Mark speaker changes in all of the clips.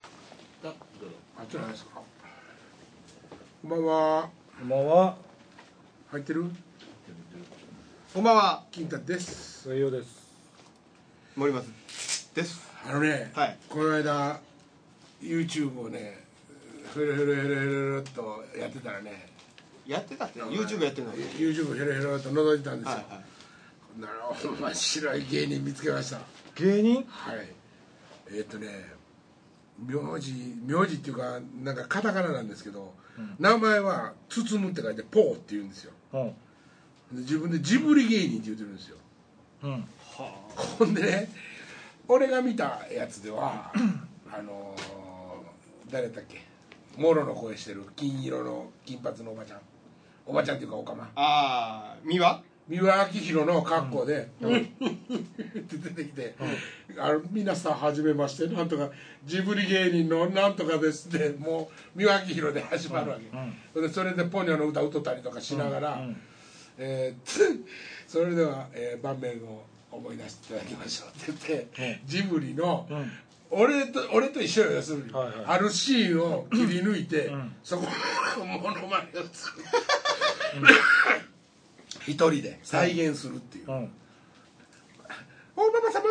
Speaker 1: だどうぞ
Speaker 2: あっちじゃないですかこんばんは
Speaker 3: こんばんは。
Speaker 2: 入ってる
Speaker 4: こんばんは
Speaker 2: 金太です
Speaker 3: 水曜です。
Speaker 4: 森松です
Speaker 2: あのね、
Speaker 4: はい
Speaker 2: この間 YouTube をねヘロヘロヘロヘロヘロっとやってたらね
Speaker 4: やってたって YouTube やってるの
Speaker 2: YouTube ヘロヘロっと覗いてたんですよ、
Speaker 4: はいはい
Speaker 2: なるほど面白い芸人見つけました
Speaker 3: 芸人。
Speaker 2: はいえーっ、とね名字名字っていうかなんかカタカナなんですけど、名前は「包む」って書いて「ポー」って言うんですよ
Speaker 3: うん。
Speaker 2: で自分でジブリ芸人って言ってるんですよ
Speaker 3: うん。
Speaker 2: ほんでね俺が見たやつではあのー誰だっけモロの声してる金色の金髪のおばちゃんおばちゃんっていうかおかま
Speaker 4: ああ三輪
Speaker 2: 三輪明宏の格好で、うんって出てきて「あの皆さんはじめましてなんとかジブリ芸人のなんとかです」ってもう三輪明宏で始まるわけ、それでそれでポニョの歌歌ったりとかしながら、えー つそれでは、えー盤面を思い出していただきましょうって言って、ジブリの、俺と俺と一緒よ要するに、
Speaker 3: はいはい
Speaker 2: あるシーンを切り抜いて、そこのモノマネをする。一人で再現するっていう、
Speaker 3: うん。
Speaker 2: おママ様なんとか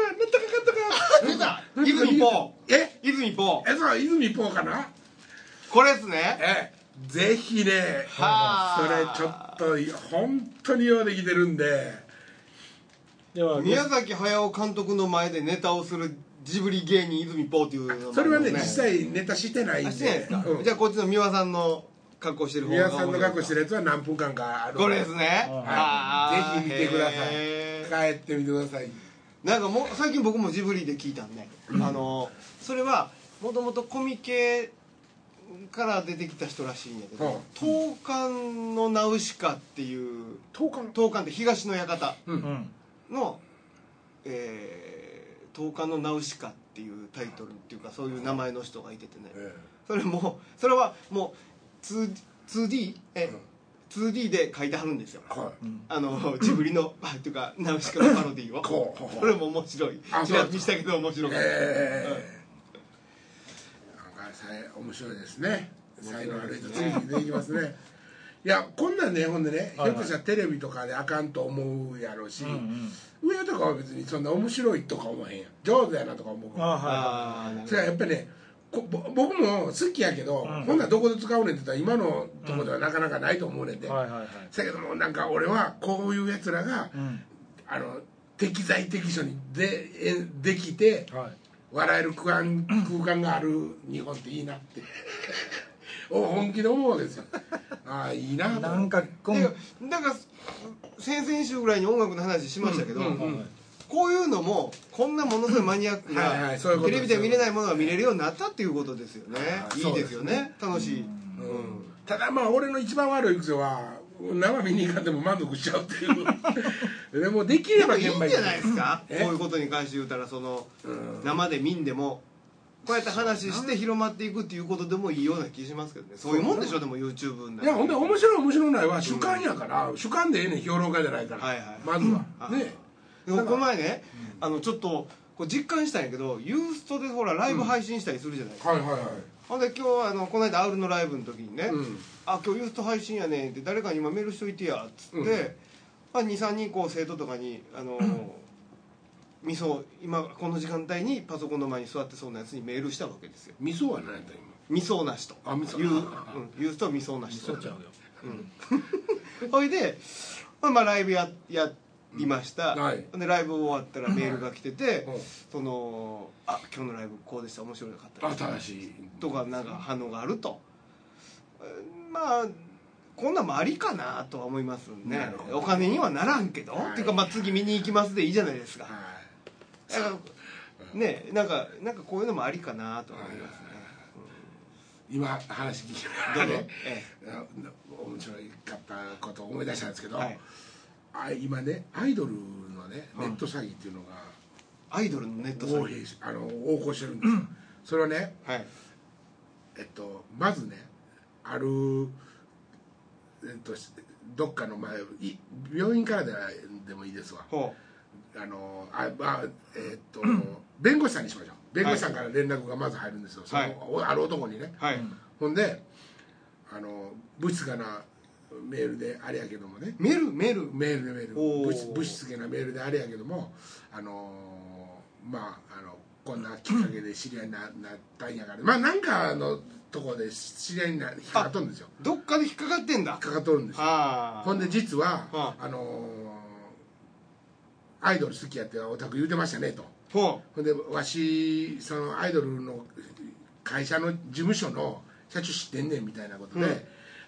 Speaker 2: かんとか
Speaker 4: 出た泉ポー
Speaker 2: え
Speaker 4: 泉ポー
Speaker 2: えそう泉ぽうかな
Speaker 4: これですね
Speaker 2: えぜひね
Speaker 4: はあ
Speaker 2: それちょっと本当にようできてるんで
Speaker 3: では、
Speaker 4: 宮崎駿監督の前でネタをするジブリ芸人泉ポーっていうのもあります
Speaker 2: それはね実際ネタしてないんで
Speaker 4: あしてないですか
Speaker 2: うん
Speaker 4: じゃあこっちの三輪さんの格好してる方
Speaker 2: 宮さんの学校して
Speaker 4: る
Speaker 2: るやつは何分間かある
Speaker 4: これですねあ
Speaker 2: は
Speaker 4: ー
Speaker 2: いぜひ見てくださ
Speaker 4: へ
Speaker 2: い
Speaker 4: ー
Speaker 2: 帰ってみてください
Speaker 4: なんかもう最近僕もジブリで聞いたんで、あのそれはもともとコミケから出てきた人らしいんやけ
Speaker 2: うん
Speaker 4: ど「東館のナウシカ」っていう
Speaker 2: 10日
Speaker 4: 東館って東の館
Speaker 3: うん。
Speaker 4: の「えー東館のナウシカ」っていうタイトルっていうかそういう名前の人がいててねそれもそれはもう 2- 2D え 2D で書いてはるんですよ
Speaker 2: はい
Speaker 4: あのジブリのあっていうかナウシカのパロディを
Speaker 2: こう
Speaker 4: これも面白い
Speaker 2: あ
Speaker 4: ちら見したけど面白かった、
Speaker 2: ええなんかさえ面白いですね才能ある人次々出てきますねいやこんなんねほんでねひょ
Speaker 3: はいはい
Speaker 2: っとしたらテレビとかであかんと思うやろうし、
Speaker 3: うんうん。
Speaker 2: 上とかは別にそんな面白いとか思わへんやん上手やなとか思う
Speaker 3: あ、は
Speaker 4: ああなる
Speaker 2: それはやっぱりねこぼ僕も好きやけど、
Speaker 3: うん
Speaker 2: こんなんどこで使うねんって言ったら今のとこではなかなかないと思うねん
Speaker 3: い。
Speaker 2: で、
Speaker 3: はいはいはい。
Speaker 2: せやけどもなんか俺はこういうやつらが、
Speaker 3: うん。
Speaker 2: あの適材適所にでえできて、
Speaker 3: はい。
Speaker 2: 笑える空間空間がある日本っていいなって お本気で思うわけですよああいいなと
Speaker 3: なんか、こん。
Speaker 4: ほどでなんか先々週ぐらいに音楽の話しましたけど、
Speaker 2: うんうん
Speaker 3: はい
Speaker 4: こういうのもこんなものすごいマニアック
Speaker 2: はいは
Speaker 4: ない
Speaker 2: そういうこと
Speaker 4: テレビでは見れないものが見れるようになったっていうことですよね
Speaker 2: はい
Speaker 4: いいですよね楽しい
Speaker 2: うんただまあ俺の一番悪い癖は生見に行かんでも満足しちゃうっていう でもできれ
Speaker 4: やっ
Speaker 2: ば
Speaker 4: ぱいい
Speaker 2: 現場
Speaker 4: ん
Speaker 2: に
Speaker 4: じゃないですかこう
Speaker 2: え
Speaker 4: いうことに関して言うたらその生で見んでもこうやって話して広まっていくっていうことでもいいような気しますけどねそういうもんでしょでも YouTube ない
Speaker 2: やほんで面白い面白ないは主観やから、主観でええねん評論家じゃないから、
Speaker 4: はいはい
Speaker 2: まずは、
Speaker 4: あ
Speaker 2: ね
Speaker 4: でもこの前ね、あのちょっとこう実感したんやけどユーストでほらライブ配信したりするじゃないですか、
Speaker 2: はいはいはい
Speaker 4: ほんで今日あのこの間アウルのライブの時にね「
Speaker 2: うん
Speaker 4: あ今日ユースト配信やねん」って誰かに今メールしといてやっつって、まあ、23人こう生徒とかに「あの みそ今この時間帯にパソコンの前に座ってそうなやつにメールしたわけですよ
Speaker 2: 味噌は何やった
Speaker 4: みそうな人
Speaker 2: あみそ
Speaker 4: ユー,、うん、ユーストはみそうな人
Speaker 3: そっちゃうよ。
Speaker 4: ほいで、まあまあ、ライブややりました、
Speaker 2: はい
Speaker 4: でライブ終わったらメールが来てて、
Speaker 2: うん
Speaker 4: その「あ今日のライブこうでした面白かった
Speaker 2: 今
Speaker 4: です
Speaker 2: 新しい」
Speaker 4: とかなんか反応があるとえーまあこんなんもありかなとは思います
Speaker 2: な
Speaker 4: ね
Speaker 2: るほど
Speaker 4: お金にはならんけど、
Speaker 2: はい
Speaker 4: っていうか、まあ、次見に行きますでいいじゃないですか
Speaker 2: は
Speaker 4: だからねなんかなんかこういうのもありかなとは思いますね、
Speaker 2: い今話聞いて
Speaker 4: どうぞ
Speaker 2: ね
Speaker 4: え
Speaker 2: あ面白かったことを思い出したんですけど、
Speaker 4: はい
Speaker 2: あ今ねアイドルのねネット詐欺っていうのが
Speaker 4: アイドルのネット詐
Speaker 2: 横
Speaker 4: 欺
Speaker 2: 行しあの横行してるんですよ、それはね
Speaker 4: はい
Speaker 2: えっと、まずねある、えっと、どっかの前い病院からででもいいですわ
Speaker 4: ほ
Speaker 2: あのあ、まあ、えーっと弁護士さんにしましょう弁護士さんから連絡がまず入るんですよ、そ
Speaker 4: はい
Speaker 2: のおある男にね、
Speaker 4: はい、
Speaker 2: ほんであのぶつかなメールであれやけどもね
Speaker 4: メールメール
Speaker 2: メールでメール
Speaker 4: おー
Speaker 2: ぶつぶしつけなメールであれやけどもあのーまああのこんなきっかけで知り合いにななったんやからまあなんかのとこで知り合いにな引っかかっとるんですよ
Speaker 4: どっかで引っかかってんだ
Speaker 2: 引っかかっとるんですよ
Speaker 4: ああ
Speaker 2: ほんで実は
Speaker 4: あ
Speaker 2: あのーアイドル好きやってオタク言うてましたねと
Speaker 4: ほ
Speaker 2: ほんでわしそのアイドルの会社の事務所の社長知ってんねんみたいなことで、
Speaker 4: うん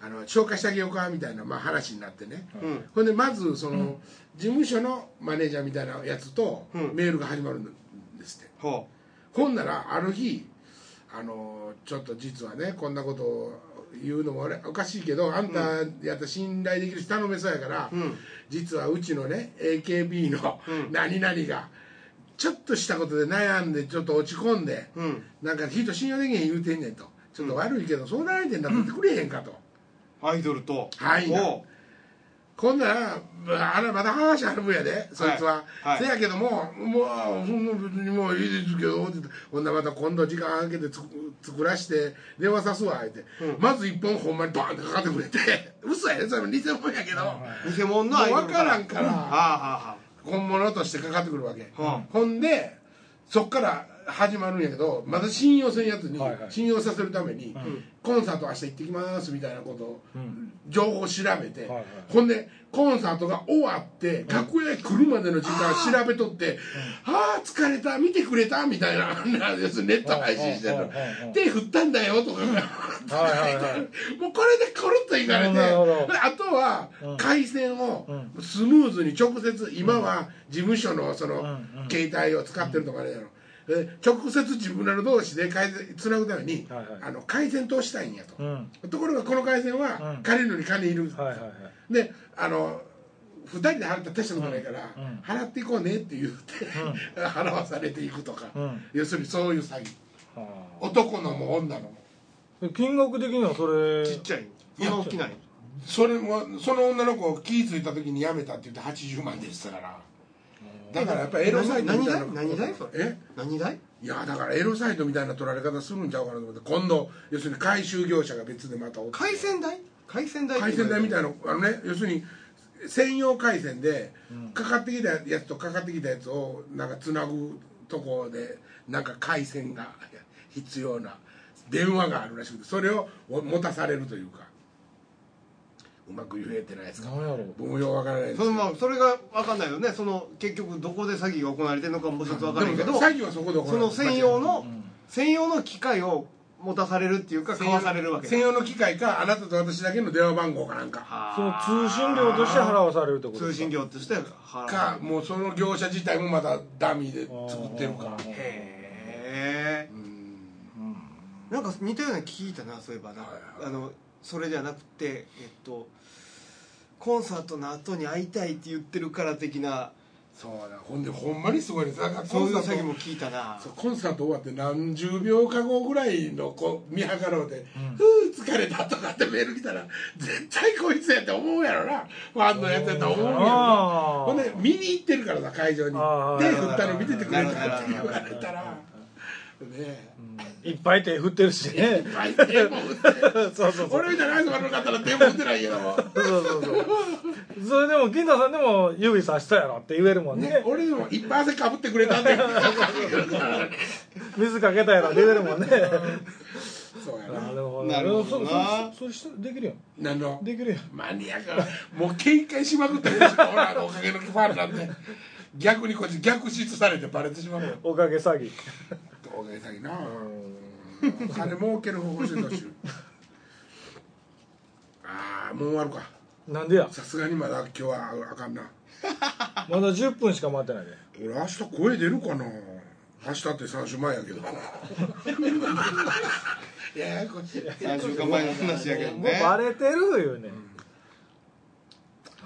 Speaker 2: あの紹介してあげようかみたいな、まあ、話になってね、
Speaker 4: ううん
Speaker 2: ほんでまずその、事務所のマネージャーみたいなやつと
Speaker 4: うん
Speaker 2: メールが始まるんですって、
Speaker 4: ほ
Speaker 2: ほんならある日あのちょっと実はねこんなことを言うのも俺おかしいけどあんたやったら信頼できるし頼めそうやから、
Speaker 4: うん
Speaker 2: 実はうちのね AKB の
Speaker 4: うん
Speaker 2: 何々がちょっとしたことで悩んでちょっと落ち込んで、
Speaker 4: ううん
Speaker 2: なんか人信用できへん言うてんねんとちょっと悪いけど相談相手になってくれへんかと、
Speaker 4: アイドルと
Speaker 2: はい
Speaker 4: ほ
Speaker 2: こんならああれまだ話ある分やでそいつは、
Speaker 4: はい
Speaker 2: せやけどももうそんな別にもういいですけどって言ってほんならまた今度時間空けてつく作らして電話さすわ言って、まず一本ほんまにバーンってかかってくれて 嘘やでそれも偽物やけど、
Speaker 4: う偽物のアイ
Speaker 2: もう分
Speaker 4: ドル
Speaker 2: からん
Speaker 4: か
Speaker 2: から、
Speaker 4: らあ
Speaker 2: 本物としてかかってくるわけ、
Speaker 4: あはあは
Speaker 2: ほんでそっから始まるんやけどまだ信用せんやつに
Speaker 3: はいはい
Speaker 2: 信用させるために、
Speaker 4: ん
Speaker 2: コンサート明日行ってきますみたいなことを、
Speaker 3: ん
Speaker 2: 情報を調べて、
Speaker 3: はいはい
Speaker 2: ほんでコンサートが終わって楽屋へ来るまでの時間調べとって「ああ疲れた見てくれた」みたいなあんな要するにネット配信してる
Speaker 3: はいはいはいはい
Speaker 2: 手振ったんだよ」とかが。
Speaker 3: はいはいはい
Speaker 2: もうこれでコロッといかれて
Speaker 3: なるほど
Speaker 2: であとは
Speaker 3: うん
Speaker 2: 回線をスムーズに直接今は事務所のその
Speaker 3: うんうん
Speaker 2: 携帯を使ってるとかねで直接自分らの同士で回線つなぐために
Speaker 3: はいはい
Speaker 2: あの回線通したいんや
Speaker 3: う
Speaker 2: と、
Speaker 3: んはい
Speaker 2: ところがこの回線
Speaker 3: う
Speaker 2: は
Speaker 3: ん
Speaker 2: 借りるのに金いる、
Speaker 3: はいはい
Speaker 2: であの2人で払った大したことないから、
Speaker 3: うんうん
Speaker 2: 払っていこうねって言って、 払わされていくとか、
Speaker 3: うん
Speaker 2: 要するにそういう詐欺
Speaker 3: はあ
Speaker 2: 男のも女のも
Speaker 3: で金額的にはそれ
Speaker 4: あちっちゃいそんな大きない
Speaker 2: それもその女の子気ぃ付いた時に辞めたって言って80万でしたからだからやっぱりエロサイトみたいな
Speaker 4: 何何代何代それ
Speaker 2: え
Speaker 4: 何代
Speaker 2: いやだからエロサイトみたいな取られ方するんちゃうかなと思って今度要するに回収業者が別でまたおって
Speaker 4: 海鮮代海鮮代
Speaker 2: 回線代みた
Speaker 4: い
Speaker 2: いなのあのね要するに専用回線でかかってきたやつとかかってきたやつをなんかつなぐとこでなんか回線が必要な電話があるらしくてそれをお持たされるというかうまく言えてないですか
Speaker 3: 何やろう
Speaker 2: 僕もようわからないですけ
Speaker 4: そ
Speaker 2: ど
Speaker 4: のまあそれが分かんないよねその結局どこで詐欺が行われてるのかもちょっと分かんないけ
Speaker 2: で
Speaker 4: ど
Speaker 2: も詐欺はそこで行われ
Speaker 4: そ
Speaker 2: てる
Speaker 4: の専用の専用の機械を持たされるっていうか買わされるわけだ
Speaker 2: 専用の機械かあなたと私だけの電話番号かなんか
Speaker 3: そ
Speaker 4: はあ
Speaker 3: の通信料として払わされるってこと
Speaker 4: 通信
Speaker 3: 料
Speaker 4: 料として払う
Speaker 2: かもうその業者自体もまだダミーで作ってるか
Speaker 4: へえなんか似たようなの聞いたなそういえばな、
Speaker 2: はいはい
Speaker 4: あのそれじゃなくてえっとコンサートの後に会いたいって言ってるから的な
Speaker 2: そうだほんでほんまにすごいですだから
Speaker 4: そ
Speaker 2: コ
Speaker 4: う
Speaker 2: ン
Speaker 4: いう
Speaker 2: サ
Speaker 4: 詐欺
Speaker 2: ー
Speaker 4: も
Speaker 2: ト
Speaker 4: 聞いたな
Speaker 2: そうコンサート終わって何十秒か後ぐらいのこう見計らうて「ふう疲れた」とかってメール来たら絶対こいつやって思うやろなファンのやつやったら思うやろな
Speaker 3: あ
Speaker 2: ほんで見に行ってるからさ会場に
Speaker 3: あー
Speaker 2: 手振ったの見ててくれた
Speaker 4: なるほど
Speaker 2: って言われた
Speaker 3: なる
Speaker 2: らねえ
Speaker 3: あいっぱい手振ってるしね
Speaker 2: あいつ手も振って
Speaker 3: そうそうそう
Speaker 2: 俺みたいなアイス悪かったら手も打てないけども
Speaker 3: そうそうそうそれでも金田さんでも指さしたやろって言えるもんね
Speaker 2: ね俺でもいっぱい汗かぶってくれたって
Speaker 3: 水かけたやろって言えるもんね
Speaker 2: そうや
Speaker 3: な
Speaker 2: な
Speaker 3: るほど
Speaker 4: なるほ
Speaker 3: そ
Speaker 4: どな
Speaker 3: うそうそうそうできるや
Speaker 2: 何の
Speaker 3: んできるやん
Speaker 2: マニアックなもう警戒しまくってるでしょ俺らのおかげのファンなんで逆にこっち逆質されてバレてしまうもん
Speaker 3: おかげ詐欺
Speaker 2: おかげだけなお金儲ける方法してほしいああもう終わるか
Speaker 3: なんでや
Speaker 2: さすがにまだ今日はあかんな
Speaker 3: まだ10分しか待ってないで
Speaker 2: 俺明日声出るかな明日って3週前やけど ややこしい
Speaker 4: 3週間前の話やけど
Speaker 3: もう
Speaker 4: ね
Speaker 3: バレてるよね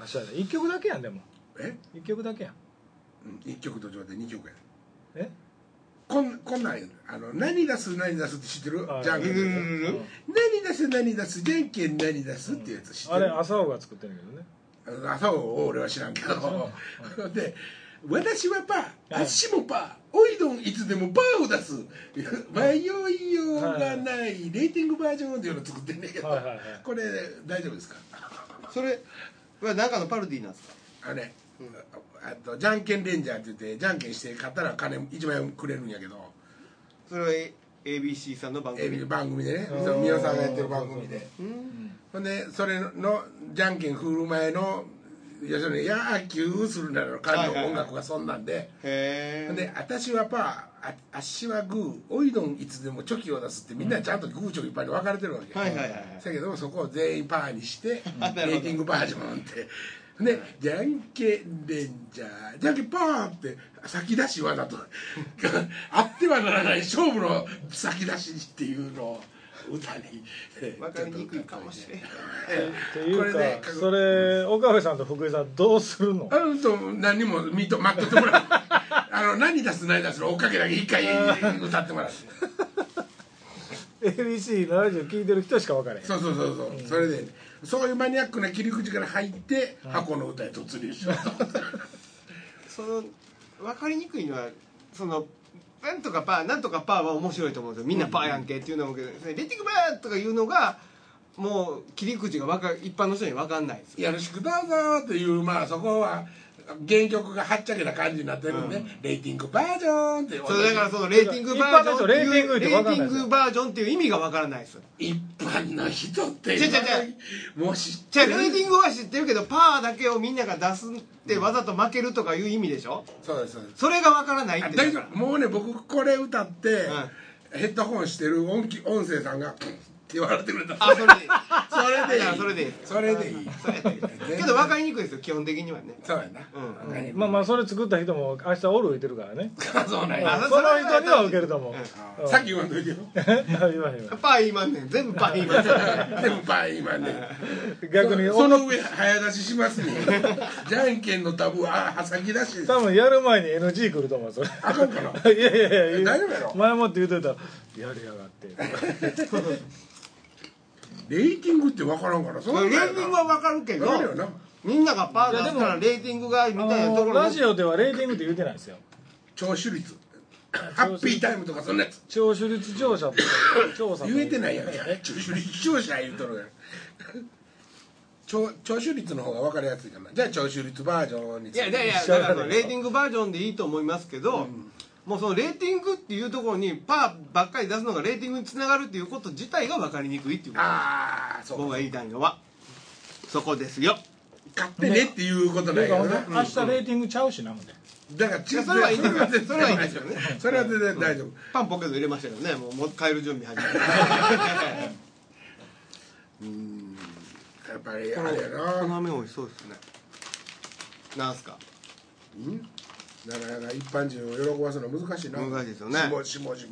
Speaker 3: あそうやね1曲だけやんでも
Speaker 2: え
Speaker 3: 1曲だけやん
Speaker 2: 1曲と違って2曲や
Speaker 3: え
Speaker 2: こんこんなんやあの何出す何出すって知ってる
Speaker 3: あ
Speaker 2: じゃんけ
Speaker 4: ル
Speaker 2: ん
Speaker 4: ルルルルル
Speaker 2: 何出す何出すじゃんけん何出すってやつ知っ
Speaker 3: あ
Speaker 2: て
Speaker 3: れ
Speaker 2: る
Speaker 3: 朝尾が作ってるけどね
Speaker 2: 朝を俺は知らんけどで私はパー、私もパー、おいどんいつでもパーを出す、迷いようがない、レーティングバージョンっていうの作ってんねんけど、
Speaker 3: はいはいはい
Speaker 2: これ、大丈夫ですか、
Speaker 4: それは何かのパロディーなんですか
Speaker 2: あれ、あとじゃんけんレンジャーって言って、じゃんけんして勝ったら金1万円くれるんやけど、
Speaker 4: それは A- ABC さんの番
Speaker 2: え
Speaker 4: 組
Speaker 2: 番組でね、
Speaker 3: うん
Speaker 2: その皆さんがやってる番組で。
Speaker 4: うん
Speaker 2: ほんでそれのじゃんけん振る前の要するに「やーきゅーするなら」の感
Speaker 4: はい
Speaker 2: の
Speaker 4: はいはい
Speaker 2: 音楽がそんなんで、
Speaker 4: へ
Speaker 2: ほんで
Speaker 4: え
Speaker 2: 「私はパーああっしはグーおいどんいつでもチョキを出す」ってみんなちゃんとグーチョキいっぱいに分かれてるわけ、
Speaker 4: はいはいはいはい
Speaker 2: だけどそこを全員パーにしてレ
Speaker 4: あなるほど
Speaker 2: ーティングバージョンって。でじゃんけんレンジャーじゃんけんパーって先出しわざとあってはならない勝負の先出しっていうのを歌に
Speaker 4: 分かりにくいかもしれない
Speaker 3: ていうか
Speaker 2: これね
Speaker 3: それ岡部さんと福井さんどうするの
Speaker 2: あのと何も見と待っとってもらうあの何出す何出すの追っかけだけ一回歌ってもらって
Speaker 3: ABC70 聞いてる人しか分からへん
Speaker 2: そうそうそうそう、それでそういうマニアックな切り口から入って箱の歌へ突入しようと
Speaker 4: その分かりにくいのはそのなんとかパーなんとかパーは面白いと思うんですよみんなパーやんけっていうのもけど、レティングパーとかいうのがもう切り口がわか一般の人に分かんないです
Speaker 2: よろしくどうぞというまあそこは原曲がはっちゃけな感じになってるんで、レーティングバージョンって
Speaker 4: それだからそのレーティングバージョ
Speaker 3: 一般の
Speaker 4: ンって
Speaker 3: 人レーティングっ
Speaker 4: いう
Speaker 3: て
Speaker 4: レ
Speaker 3: 分かんないですよ
Speaker 4: ーティングバージョンっていう意味が分からないです
Speaker 2: 一般の人って
Speaker 4: 違う違う違
Speaker 2: もう知っ
Speaker 4: じゃ
Speaker 2: て
Speaker 4: あ
Speaker 2: る
Speaker 4: レーティングは知ってるけどパーだけをみんなが出すってわざと負けるとかいう意味でしょ
Speaker 2: そうですそうです
Speaker 4: それが分からないっ
Speaker 2: あ
Speaker 4: て
Speaker 2: 大丈夫もうね僕これ歌って、ヘッドホンしてる音機音声さんがって言われてくれた
Speaker 4: あそれで
Speaker 2: それでいい
Speaker 4: あそれでいい
Speaker 2: それでいい
Speaker 4: それでけど分かりにくいですよ基本的にはね
Speaker 2: そうやな
Speaker 4: うん
Speaker 2: わかりま
Speaker 3: まあまあそれ作った人も明日オール浮いてるからね
Speaker 2: したそうなん
Speaker 4: あ
Speaker 2: や
Speaker 4: そ
Speaker 3: その人には受けると思う
Speaker 2: あさっき言わんといてよ
Speaker 3: 今今
Speaker 4: パー言いまんねん全部パー言いまんねん
Speaker 2: でもバイ今ね
Speaker 3: 逆に
Speaker 2: そその上早出ししますね じゃんけんのタブーは先出しです
Speaker 3: 多分やる前に NG 来ると思うそれ
Speaker 2: あかんかない
Speaker 3: やいやいや
Speaker 2: 大丈夫やろ
Speaker 3: 前もって言うといたらやりやがって
Speaker 2: レーティングってわからんからそ
Speaker 4: レ
Speaker 2: う
Speaker 4: ーティングは分かるけど
Speaker 2: わかるよな
Speaker 4: みんながパー出したらレーティングがみ
Speaker 3: あ
Speaker 4: たいなとこ
Speaker 3: の
Speaker 4: ろ
Speaker 3: ラジオではレーティングって言うてないですよ
Speaker 2: 聴取率ハッピータイムとかそんなやつ
Speaker 3: 聴取率調査とか調査とか
Speaker 2: 言えてないやん聴取率聴者言うとるやん聴聴取率の方が分かりやすいかなじゃあ聴取率バージョンに
Speaker 4: いやいやいやだからレーティングバージョンでいいと思いますけど、もうそのレーティングっていうところにパーばっかり出すのがレーティングにつながるっていうこと自体が分かりにくいっていうこと
Speaker 2: ああそう
Speaker 4: 僕が言いたいのはそこですよ
Speaker 2: 買ってねっていうこと
Speaker 3: て
Speaker 2: ないいうよ
Speaker 3: かほんで
Speaker 2: な
Speaker 3: 明日レーティングちゃうしなほんで
Speaker 2: だから
Speaker 4: いやそれはいいんですよそれはいいんですよね
Speaker 2: それは全然大丈夫
Speaker 4: パンポケット入れましたけどねもうもう帰る準備始め
Speaker 2: うんやっぱり
Speaker 4: た
Speaker 2: あれや
Speaker 4: この
Speaker 2: な
Speaker 4: 雨美味しそうですねなんすか
Speaker 2: うんなかなか一般人を喜ばすのは難しいな
Speaker 4: 難しいですよね
Speaker 2: 下下地も
Speaker 4: し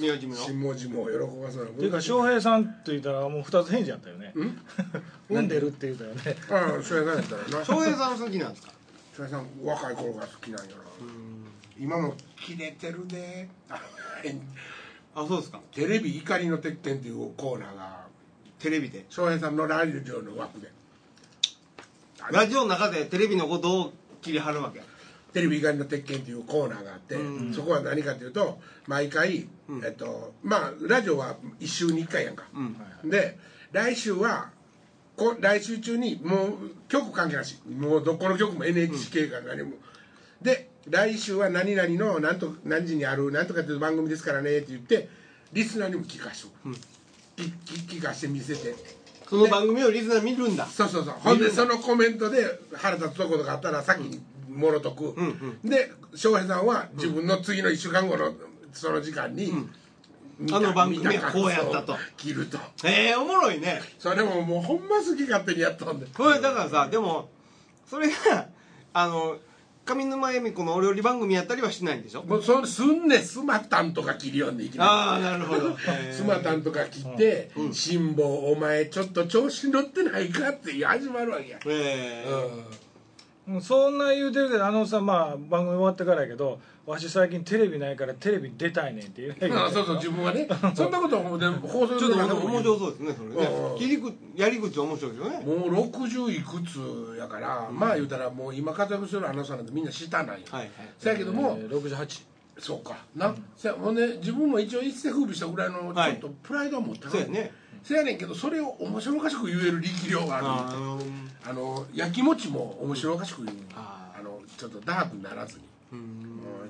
Speaker 4: みおじみの
Speaker 2: 下地も喜ばすのは
Speaker 3: っていうか
Speaker 2: 難しい
Speaker 3: 翔平さんって言ったらもう2つ返事やったよね
Speaker 2: ん
Speaker 3: 産んでるって言うたよね
Speaker 2: ああ翔平さんやったらな
Speaker 4: 翔平さん好きなんですか
Speaker 2: 翔平さん若い頃が好きなんよな今もキレてるで あ
Speaker 4: あそうですか
Speaker 2: テレビ「怒りの鉄拳」っていうコーナーが
Speaker 4: テレビで
Speaker 2: 翔平さんのラジオの枠で
Speaker 4: ラジオの中でテレビのことを切り張るわけ
Speaker 2: テレビ以外の鉄拳っていうコーナーがあって、そこは何かというと毎回、えっとまあラジオは1週に1回やんか、で来週はこ来週中にもう局関係なしもうどこの局も NHK が何も、で来週は何々の何と何時にある何とかという番組ですからねって言ってリスナーにも聞かして、う聞かして見せて
Speaker 4: その番組をリスナー見るんだ
Speaker 2: そうそうそうほんでそのコメントで腹立つとことがあったら先にもろとく、で翔平さんは自分の次の1週間後のその時間に、見た
Speaker 4: あの番組は
Speaker 2: 見感想を
Speaker 4: こうやったと
Speaker 2: 切ると
Speaker 4: ええおもろいね
Speaker 2: それももうほんま好き勝手にやったんで
Speaker 4: これだからさでもそれがあの上沼恵美子のお料理番組やったりはしないんでしょ
Speaker 2: もうそれすんねんスマタンとか切りよんでいきな
Speaker 4: ああなるほ ど、
Speaker 2: り
Speaker 4: え
Speaker 2: スマタンとか切って「辛抱お前ちょっと調子乗ってないか?」って始まるわけや、
Speaker 4: え
Speaker 2: うん
Speaker 3: うんそんな言うてるけどあのさまあ番組終わってからやけどわし最近テレビないからテレビ出たいねんって言えないけど
Speaker 2: あそうそう自分はねそんなこと思って放送
Speaker 4: ちょっとなんか
Speaker 2: も
Speaker 4: 面白そうですねそれ
Speaker 2: うんう
Speaker 4: ね
Speaker 2: ん
Speaker 4: 切り口やり口面白いですよね
Speaker 2: もう60いくつやから、まあ言うたらもう今活躍するアナウンサーなんてみんな下なんよ、
Speaker 4: はいはい
Speaker 2: そやけども、
Speaker 3: えー68
Speaker 2: そうかな、せやほんで自分も一応一世風靡したぐらいのちょ
Speaker 4: はい
Speaker 2: っとプライドは持っては
Speaker 4: そう
Speaker 2: る
Speaker 4: やね
Speaker 2: せやねんけどそれを面白おかしく言える力量がある
Speaker 4: あの
Speaker 2: あの焼きもちも面白おかしく言う、
Speaker 4: あ
Speaker 2: あのちょっとダークにならずに、
Speaker 4: うん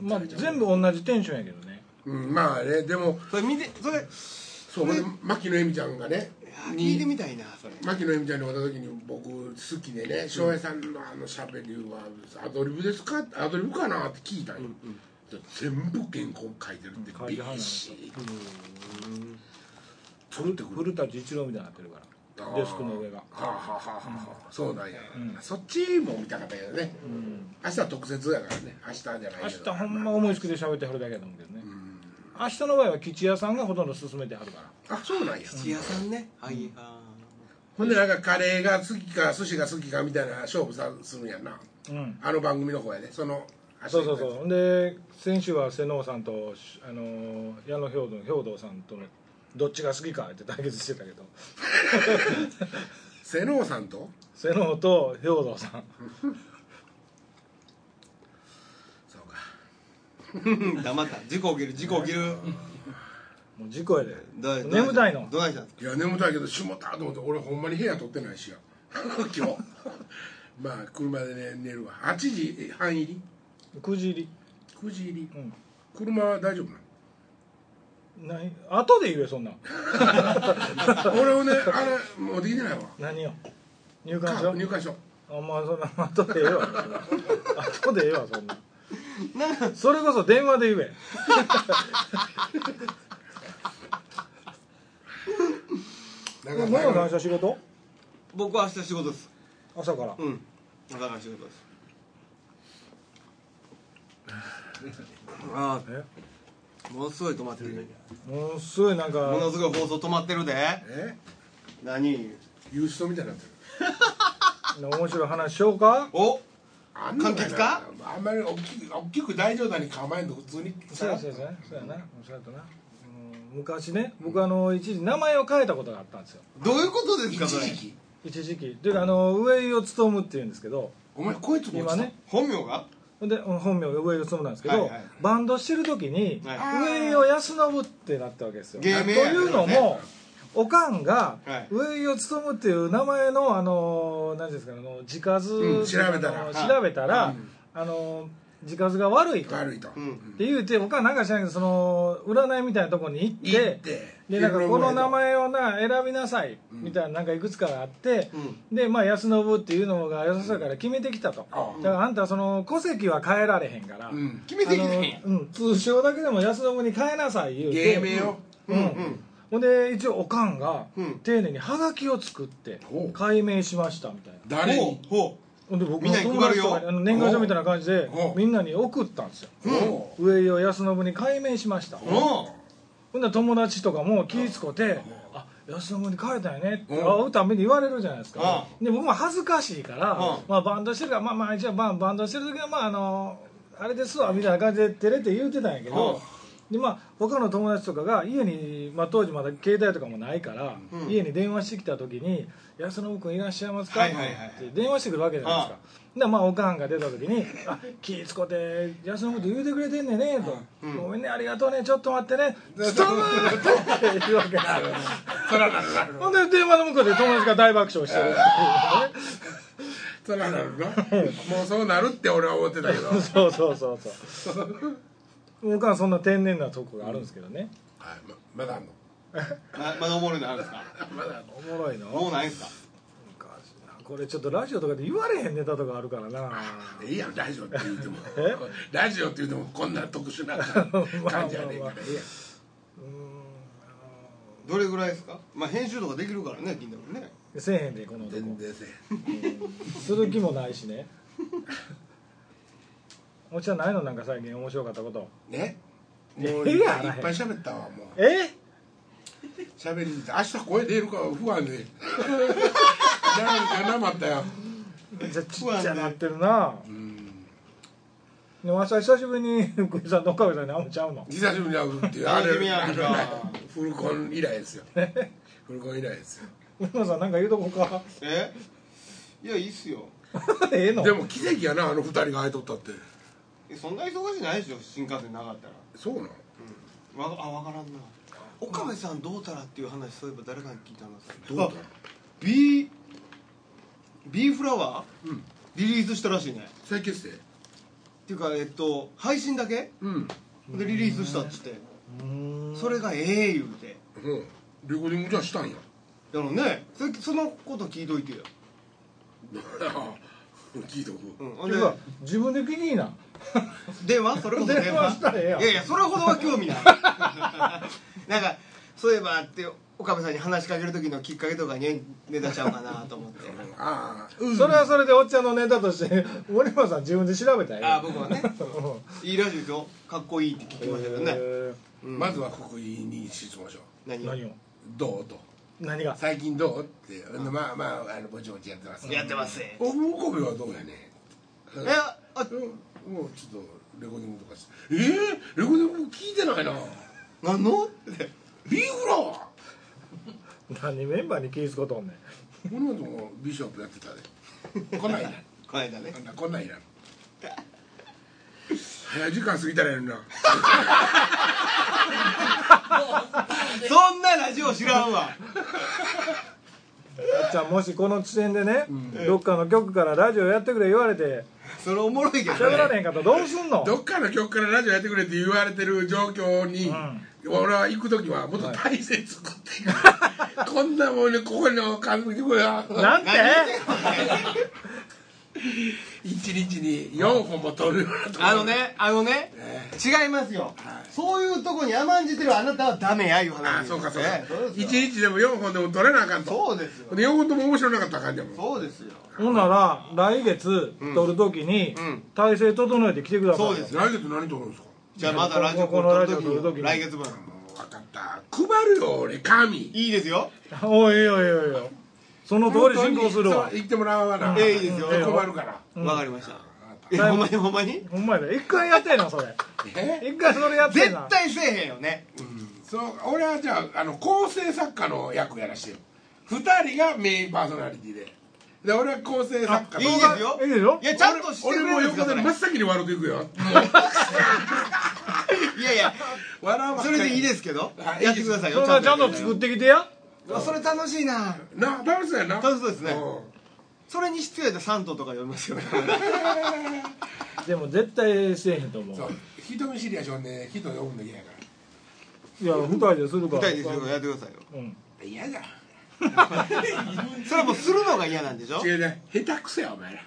Speaker 2: うん
Speaker 3: まあ全部同じテンションやけどね
Speaker 2: うん、まあねでも
Speaker 4: それ見てそれ
Speaker 2: そう俺牧野恵美ちゃんがね
Speaker 4: 聞いてみたいなそれ
Speaker 2: 牧野恵美ちゃんに会った時に僕好きでね翔平さんのあのしゃべりはアドリブですかアドリブかなって聞いたんよ、全部原稿書いてるって
Speaker 3: うん書い
Speaker 2: ビ
Speaker 3: てはんの
Speaker 2: ッシー
Speaker 4: うん
Speaker 2: 取ってくる
Speaker 3: 古舘一郎みたいになってるからデスクの上が
Speaker 2: はあはあはあはあそうなんや、そっちも見たかったけどね、明日は特設やからね明日じゃない
Speaker 3: 明
Speaker 2: け
Speaker 3: 日
Speaker 2: ど
Speaker 3: ほんま思いつきで喋ってはるだけだと思うけどね明日の場合は吉屋さんがほとんど進めてはるから
Speaker 2: あそうなんや
Speaker 4: 土屋さんねはいあ
Speaker 2: ほんでなんかカレーが好きか寿司が好きかみたいな勝負さするんやんな
Speaker 3: うん
Speaker 2: あの番組の方やねその明日
Speaker 3: そうそうそうで先週は瀬能さんとあのー矢野兵道兵道さんとのどっちが好きかって対決してたけど
Speaker 2: 瀬能さんと
Speaker 3: 瀬能と兵道さん
Speaker 2: そうか
Speaker 4: ー黙った事故起きる事故起きる
Speaker 3: もう事故やで
Speaker 4: だど
Speaker 3: 眠たいの
Speaker 4: どないしたんですか
Speaker 2: いや眠たいけどしもたと思って俺ほんまに部屋取ってないしや 今日まあ車で、ね、寝るわ8時半入り
Speaker 3: くじ入
Speaker 2: 9時入り、
Speaker 3: うん
Speaker 2: 車は大丈夫なの
Speaker 3: りない後で言えそんなん
Speaker 2: 俺をねあれもうできてないわ
Speaker 3: 何よ入館
Speaker 2: か
Speaker 3: 証
Speaker 2: 入会所
Speaker 3: あんまあそんな後でええわ後でええわそんな
Speaker 4: なんか
Speaker 3: それこそ電話で言え
Speaker 2: なんか
Speaker 3: 何
Speaker 2: なん
Speaker 3: が
Speaker 2: か
Speaker 3: 会社仕事
Speaker 4: 僕は明日仕事です
Speaker 3: 朝から
Speaker 4: うんだから仕事ですあ
Speaker 3: え
Speaker 4: あものすごい止まってるね
Speaker 3: ものすごいなんか
Speaker 4: ものすごい放送止まってるで
Speaker 2: え
Speaker 4: 何
Speaker 2: ユーストみたいになってる
Speaker 3: 面白い話しようか
Speaker 4: お
Speaker 2: あんなの
Speaker 4: 簡潔か
Speaker 2: あんまり大きく大きく大冗談に構えんと普通に
Speaker 3: そうやそうやそうやそうやなそうやったなうん昔ね僕あの一時名前を変えたことがあったんですよ
Speaker 4: どういうことですか
Speaker 2: 一
Speaker 4: それ
Speaker 2: 時期
Speaker 3: 一時期というかあの上井を務むっていうんですけど
Speaker 2: お前こいつも落
Speaker 3: 今
Speaker 2: ちた
Speaker 3: ね
Speaker 4: 本名が
Speaker 3: で本名が上井を務むなんですけど、
Speaker 4: はいはい
Speaker 3: バンドしてる時に、
Speaker 4: は
Speaker 3: 上井を安信ってなったわけですよ
Speaker 4: 芸名
Speaker 3: というの
Speaker 4: やから
Speaker 3: も
Speaker 4: ね
Speaker 3: おかんが
Speaker 4: はい
Speaker 3: 上井を務むっていう名前のあの何ですかあの自家
Speaker 2: う
Speaker 3: 図
Speaker 2: ん調べたら
Speaker 3: あの
Speaker 4: はい
Speaker 3: 調べたらあの自家図が悪いと
Speaker 2: 悪いと、
Speaker 4: うん
Speaker 3: って言うて他なんか知らんけどその占いみたいなとこに行って
Speaker 2: 行って
Speaker 3: でなんかこの名前をな選びなさいみたいななんかいくつかあって、でまあ安信っていうのが良さそうやから決めてきたと、
Speaker 2: ああ
Speaker 3: だからあんたその戸籍は変えられへんから、
Speaker 2: うん
Speaker 4: 決めてきてんや
Speaker 3: あのうん、通称だけでも安信に変えなさい言う
Speaker 2: 芸
Speaker 3: て
Speaker 2: 名を
Speaker 3: うん、ほんで一応おかんが
Speaker 4: うん
Speaker 3: 丁寧にハガキを作って
Speaker 2: おう
Speaker 3: 解明しましたみたいな
Speaker 2: 誰
Speaker 4: ほ
Speaker 2: に
Speaker 4: うほ
Speaker 3: ほんで僕
Speaker 4: みん
Speaker 3: の
Speaker 4: なに
Speaker 3: 友
Speaker 4: 配る
Speaker 3: 達
Speaker 4: よ
Speaker 3: とかにあの年賀状みたいな感じで
Speaker 2: おう
Speaker 3: みんなに送ったんですよ
Speaker 2: おう
Speaker 3: 上井を安信に改名しました
Speaker 4: うお
Speaker 3: ほんなら友達とかも気ぃ使って「あ安信に変えたんやね」って
Speaker 2: うん
Speaker 3: 会うたんびに言われるじゃないですか
Speaker 4: う
Speaker 3: で僕も恥ずかしいから、
Speaker 4: うん
Speaker 3: まあ、バンドしてるからまあまあ一応まあバンドしてる時はまああのあれですわみたいな感じで照れて言うてたんやけど、でまあ他の友達とかが家に、まあ、当時まだ携帯とかもないから、
Speaker 4: うん
Speaker 3: 家に電話してきた時に「安信君いらっしゃいますか?」
Speaker 4: は
Speaker 3: っ
Speaker 4: い
Speaker 3: て
Speaker 4: はいはい
Speaker 3: 電話してくるわけじゃないですか。でまあ、おかんが出た時に「あ気ぃ使って安信のこと言うてくれてんねんね」と「ごめんねありがとうねちょっと待ってねストーム!」って言うわ けですよ
Speaker 2: そらなるなる
Speaker 3: ほんで電話の向こうで友達が大爆笑してるっていうね
Speaker 2: そらなるなもうそうなるって俺は思ってたけどはい
Speaker 3: そうそうそうそう僕はそんな天然なとこがあるんですけどね、
Speaker 2: ままだあんの
Speaker 4: ままだおもろいのあるんですか
Speaker 2: まだあんの
Speaker 3: おもろいの
Speaker 4: もうないんですか
Speaker 3: これちょっとラジオとかで言われへんネタとかあるからない
Speaker 2: いやんラジオって言うても
Speaker 3: え
Speaker 2: ラジオって言うてもこんな特殊な感じやねんからええやん
Speaker 3: うーん
Speaker 4: どれぐらいですかまあ編集とかできるからね銀だもんね
Speaker 3: せえへんでこの男
Speaker 2: 全然せ
Speaker 3: する気もないしねお茶ないのなんか最近面白かったこと
Speaker 2: えへんねもう
Speaker 3: え
Speaker 2: い
Speaker 3: え
Speaker 2: っ
Speaker 3: や
Speaker 2: ぱ
Speaker 3: ん
Speaker 2: いいっぱい喋ったわもう
Speaker 3: え
Speaker 2: 喋 りに行って明日声出るか不安でなるかなまったよ
Speaker 3: じゃちっちゃなってるな
Speaker 2: うん
Speaker 3: でも朝久しぶりに 福井さんと岡部さんに会うんちゃうの
Speaker 2: 久しぶりに会うって いうあ
Speaker 4: 楽しみ
Speaker 2: れ
Speaker 4: や
Speaker 2: あ
Speaker 4: ん
Speaker 2: れ
Speaker 4: か
Speaker 2: フルコン以来ですよ フルコン以来ですよ
Speaker 3: 上野さんなんか言うとこか
Speaker 4: えいやいいっすよ
Speaker 3: ええの
Speaker 2: でも奇跡やなあの二人が会いとったって
Speaker 4: えそんな忙しいないでしょ新幹線なかったら
Speaker 2: そうなの
Speaker 4: わあわからんな岡部さんどうたらっていう話そういえば誰かに聞いたのさ
Speaker 2: どうだろう
Speaker 4: あ B B フラワー、
Speaker 2: うん
Speaker 4: リリースしたらしいね
Speaker 2: 再結成
Speaker 4: っていうかえっと配信だけ
Speaker 2: うん
Speaker 4: でリリースしたっつって
Speaker 3: うーん
Speaker 4: それがええ言うて
Speaker 2: うんレコーディングじゃあしたん や
Speaker 4: だろうねそれそのこと聞いといてよ、
Speaker 2: 聞いとく
Speaker 4: うん、ほ
Speaker 3: てい
Speaker 4: んで
Speaker 3: うか自分で聞きいいな
Speaker 4: 電話それこそ電
Speaker 3: 電話
Speaker 4: 話
Speaker 3: したらええやん
Speaker 4: いやいやそれほどは興味ない なんかそういえばって岡部さんに話しかける時のきっかけとかにネタちゃうかなと思って
Speaker 2: ああ
Speaker 3: それはそれでおっちゃんのネタとして 森村さん自分で調べた
Speaker 4: ああ
Speaker 3: よ
Speaker 4: 僕はね
Speaker 3: うん
Speaker 4: いいらしいですよかっこいいって聞きましたけどね、
Speaker 3: え
Speaker 4: うん
Speaker 2: まずは福井に質問しよう
Speaker 3: ー
Speaker 4: 何を
Speaker 3: 何を
Speaker 2: どうと
Speaker 3: 何が
Speaker 2: 最近どうってまあまああのぼちぼちやってます
Speaker 4: やってますえ
Speaker 2: お向こうはどうやね
Speaker 4: あ
Speaker 2: えうんもうちょっとレコーディングとかしてえー、レコーディング聞いてないな
Speaker 4: 何のって
Speaker 2: ビーフラワ
Speaker 3: 何メンバーに気ぃつことんねん
Speaker 2: ーこの後もビショップやってたで来ないな
Speaker 4: この間ね
Speaker 2: あんなこんなん いらん早い時間過ぎたらやるな
Speaker 4: そんなラジオ知らんわ
Speaker 3: おっちゃんもしこの地点でねどっかの局からラジオやってくれ言われて
Speaker 4: それおもろいけどね
Speaker 3: 喋られへんかったらどうすんの
Speaker 2: どっかの曲からラジオやってくれって言われてる状況に、俺は行く時はもっと体制作っていく、こんなもんねここの感じは
Speaker 3: なんて
Speaker 2: 一日に4本も取るようなところ
Speaker 4: あのねあのね違いますよそういうとこに甘んじてるあなたはダメやいう
Speaker 2: あ
Speaker 4: 話
Speaker 2: そうかそうか
Speaker 4: ねそう
Speaker 2: 一
Speaker 4: ですよ
Speaker 2: 日でも4本でも取れなあかんと
Speaker 4: そうですよ
Speaker 2: 4本とも面白なかったらあかんじゃん
Speaker 4: そうですよ
Speaker 3: ほんなら来月撮るときに
Speaker 4: うん
Speaker 3: 体制整えて来てくださいよ
Speaker 4: そうです
Speaker 2: 来月何取るんですか
Speaker 4: じゃあまだラジオ
Speaker 3: このラジオ
Speaker 4: 撮る
Speaker 3: 撮る時
Speaker 4: 時
Speaker 3: に
Speaker 4: に来月分
Speaker 2: もう分かった配るよ俺紙
Speaker 4: いいですよ
Speaker 3: おいおいおいおいその通り進行するわ
Speaker 2: そう言ってもらわな
Speaker 4: ええいいですよ
Speaker 2: 俺困るから
Speaker 4: わかりました
Speaker 2: 分
Speaker 4: えほんまにほんまに
Speaker 3: ほんまやで一回やってえなそれ
Speaker 2: え
Speaker 3: 一回それやってえ
Speaker 4: 絶
Speaker 3: な
Speaker 4: 対せえへんよね
Speaker 2: そう俺はじゃああの構成作家の役やらしてよ2人がメインパーソナリティでで俺は構成作家
Speaker 4: いいですよ
Speaker 3: いいでしょ
Speaker 4: いやちゃんとして
Speaker 2: 俺
Speaker 4: く
Speaker 2: も
Speaker 4: れるんで
Speaker 2: 横
Speaker 4: すか
Speaker 2: で
Speaker 4: それ
Speaker 2: 真っ先に悪くいくよも
Speaker 4: いやいや
Speaker 2: う笑わ
Speaker 4: それでいい
Speaker 2: す
Speaker 4: ですけど
Speaker 2: あいいです
Speaker 4: やってください
Speaker 3: そ
Speaker 4: よ
Speaker 3: んなちゃんと作
Speaker 4: っ
Speaker 3: ってきてや
Speaker 4: それ楽しいな
Speaker 2: な楽しそうやな
Speaker 4: 楽しそうですね
Speaker 2: ん
Speaker 4: それに必要やったら3頭とか読みますよね
Speaker 3: でも絶対せえへんと思
Speaker 2: そうう人見知りやしょんね人呼ぶの嫌やから
Speaker 3: いや二人でするか
Speaker 4: 舞
Speaker 3: ら
Speaker 4: 台ですよやってくださいよ
Speaker 3: うん
Speaker 2: 嫌 だ
Speaker 4: それはもうするのが嫌なんでしょ
Speaker 2: 違うね下手くそやお前ら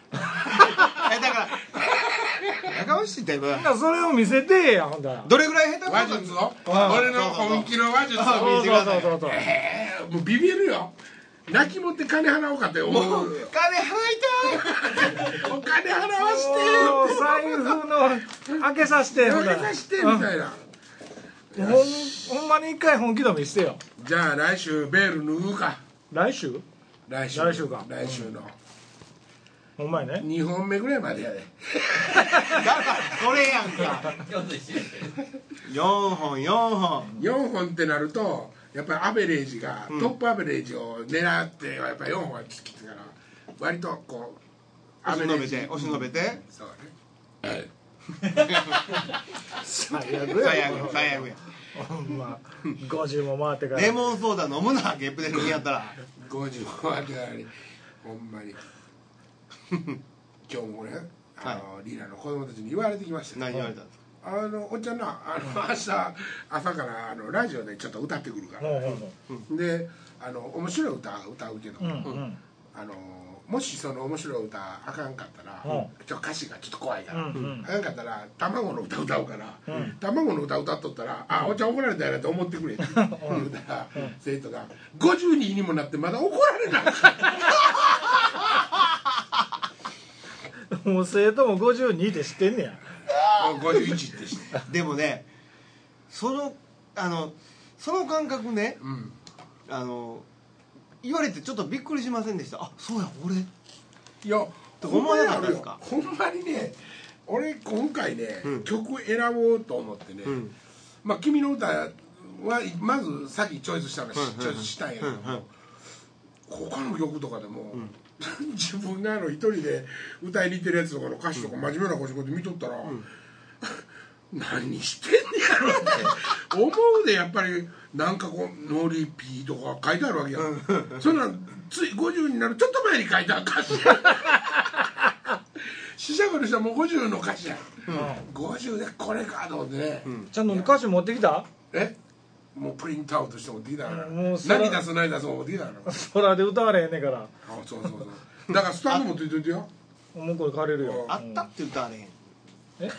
Speaker 4: えだからやかましいって今
Speaker 3: ほんならそれを見せてえやほんだら
Speaker 4: どれぐらい下手くそか
Speaker 2: 話術を
Speaker 3: あ
Speaker 2: 俺の本気の話術
Speaker 4: あ
Speaker 2: を
Speaker 3: そ
Speaker 4: 見
Speaker 3: う
Speaker 4: せてく
Speaker 3: そう
Speaker 4: ださ
Speaker 3: そ
Speaker 4: いう
Speaker 3: そうそう
Speaker 2: えーもうビビるよ泣きもって金払おうかって思
Speaker 4: もう
Speaker 2: う
Speaker 4: 金払
Speaker 2: お金払わして
Speaker 3: おー財布の開けさせて
Speaker 2: 投
Speaker 3: ほ
Speaker 2: げ
Speaker 3: ら
Speaker 2: 出してみたいな
Speaker 3: ほんほんまに一回本気度見してよ
Speaker 2: じゃあ来週ベール脱ぐか
Speaker 3: 来週
Speaker 2: 来週
Speaker 3: 来週か
Speaker 2: 来週の
Speaker 3: ほんまやね
Speaker 2: 2本目ぐらいまでやで
Speaker 4: いたいだからそれやんか4本4本
Speaker 2: 4本ってなるとやっぱりアベレージが、トップアベレージを狙ってやっぱり4本はつきてから割とこう
Speaker 4: おしのべて
Speaker 2: う
Speaker 4: お
Speaker 2: ん
Speaker 4: しのべて
Speaker 2: そうね、はい、
Speaker 3: 最悪
Speaker 4: 最
Speaker 3: や
Speaker 4: 悪最悪や
Speaker 3: ほんま50も回ってから
Speaker 4: レモンソーダ飲むなゲップで飲みやったら
Speaker 2: 50本あてたのにほん まに今日もねあの、リーダーの子供たちに言われてきました
Speaker 4: 何言われたんですか
Speaker 2: あのおっちゃんなあの明日朝からあのラジオでちょっと歌ってくるから
Speaker 3: ほ、うほうほ
Speaker 2: であの面白い歌歌うけど、
Speaker 3: ううんうん
Speaker 2: あのもしその面白い歌あかんかったら、
Speaker 3: う
Speaker 2: ちょっと歌詞がちょっと怖いから、
Speaker 3: うんうん
Speaker 2: あかんかったら卵の歌歌うから、卵の歌歌っとったら「あお茶怒られたやな」って思ってくれって言うたら、生徒が「52にもなってまだ怒られなかった
Speaker 3: もう生徒も52って知ってんねや」
Speaker 2: 51ってして、
Speaker 4: でもねそのあのその感覚ね
Speaker 2: うん、
Speaker 4: あの言われてちょっとびっくりしませんでしたあそうや俺
Speaker 2: いや
Speaker 4: とか思わなかったですか
Speaker 2: ほんまにね俺今回ね、
Speaker 4: うん
Speaker 2: 曲選ぼうと思ってね、
Speaker 4: うん
Speaker 2: まあ「君の歌はまずさっきチョイスしたの、し
Speaker 4: はいはいはい
Speaker 2: チョイスしたんやけども、
Speaker 4: はいはい
Speaker 2: 他の曲とかでも、 自分があの一人で歌いに行ってるやつとかの歌詞とか真面目な腰こで見とったら、 何してんねやろって思うでやっぱりなんかこう「ノリピー」とか書いてあるわけや、ん、そんなんつい50になるちょっと前に書いた歌詞や試写会の人はもう50の歌詞や、50でこれかと思ってね、
Speaker 3: ちゃんと歌詞持ってきた
Speaker 2: えもうプリントアウトしてもディナー
Speaker 3: もうそれ
Speaker 2: 何出す何出すもディナー なのあ
Speaker 3: 空で歌われへんねんから
Speaker 2: そうそうそうだからスタッフもついといてよ
Speaker 3: もうこれ借りるよ
Speaker 4: あったって歌われへん
Speaker 3: え
Speaker 4: ね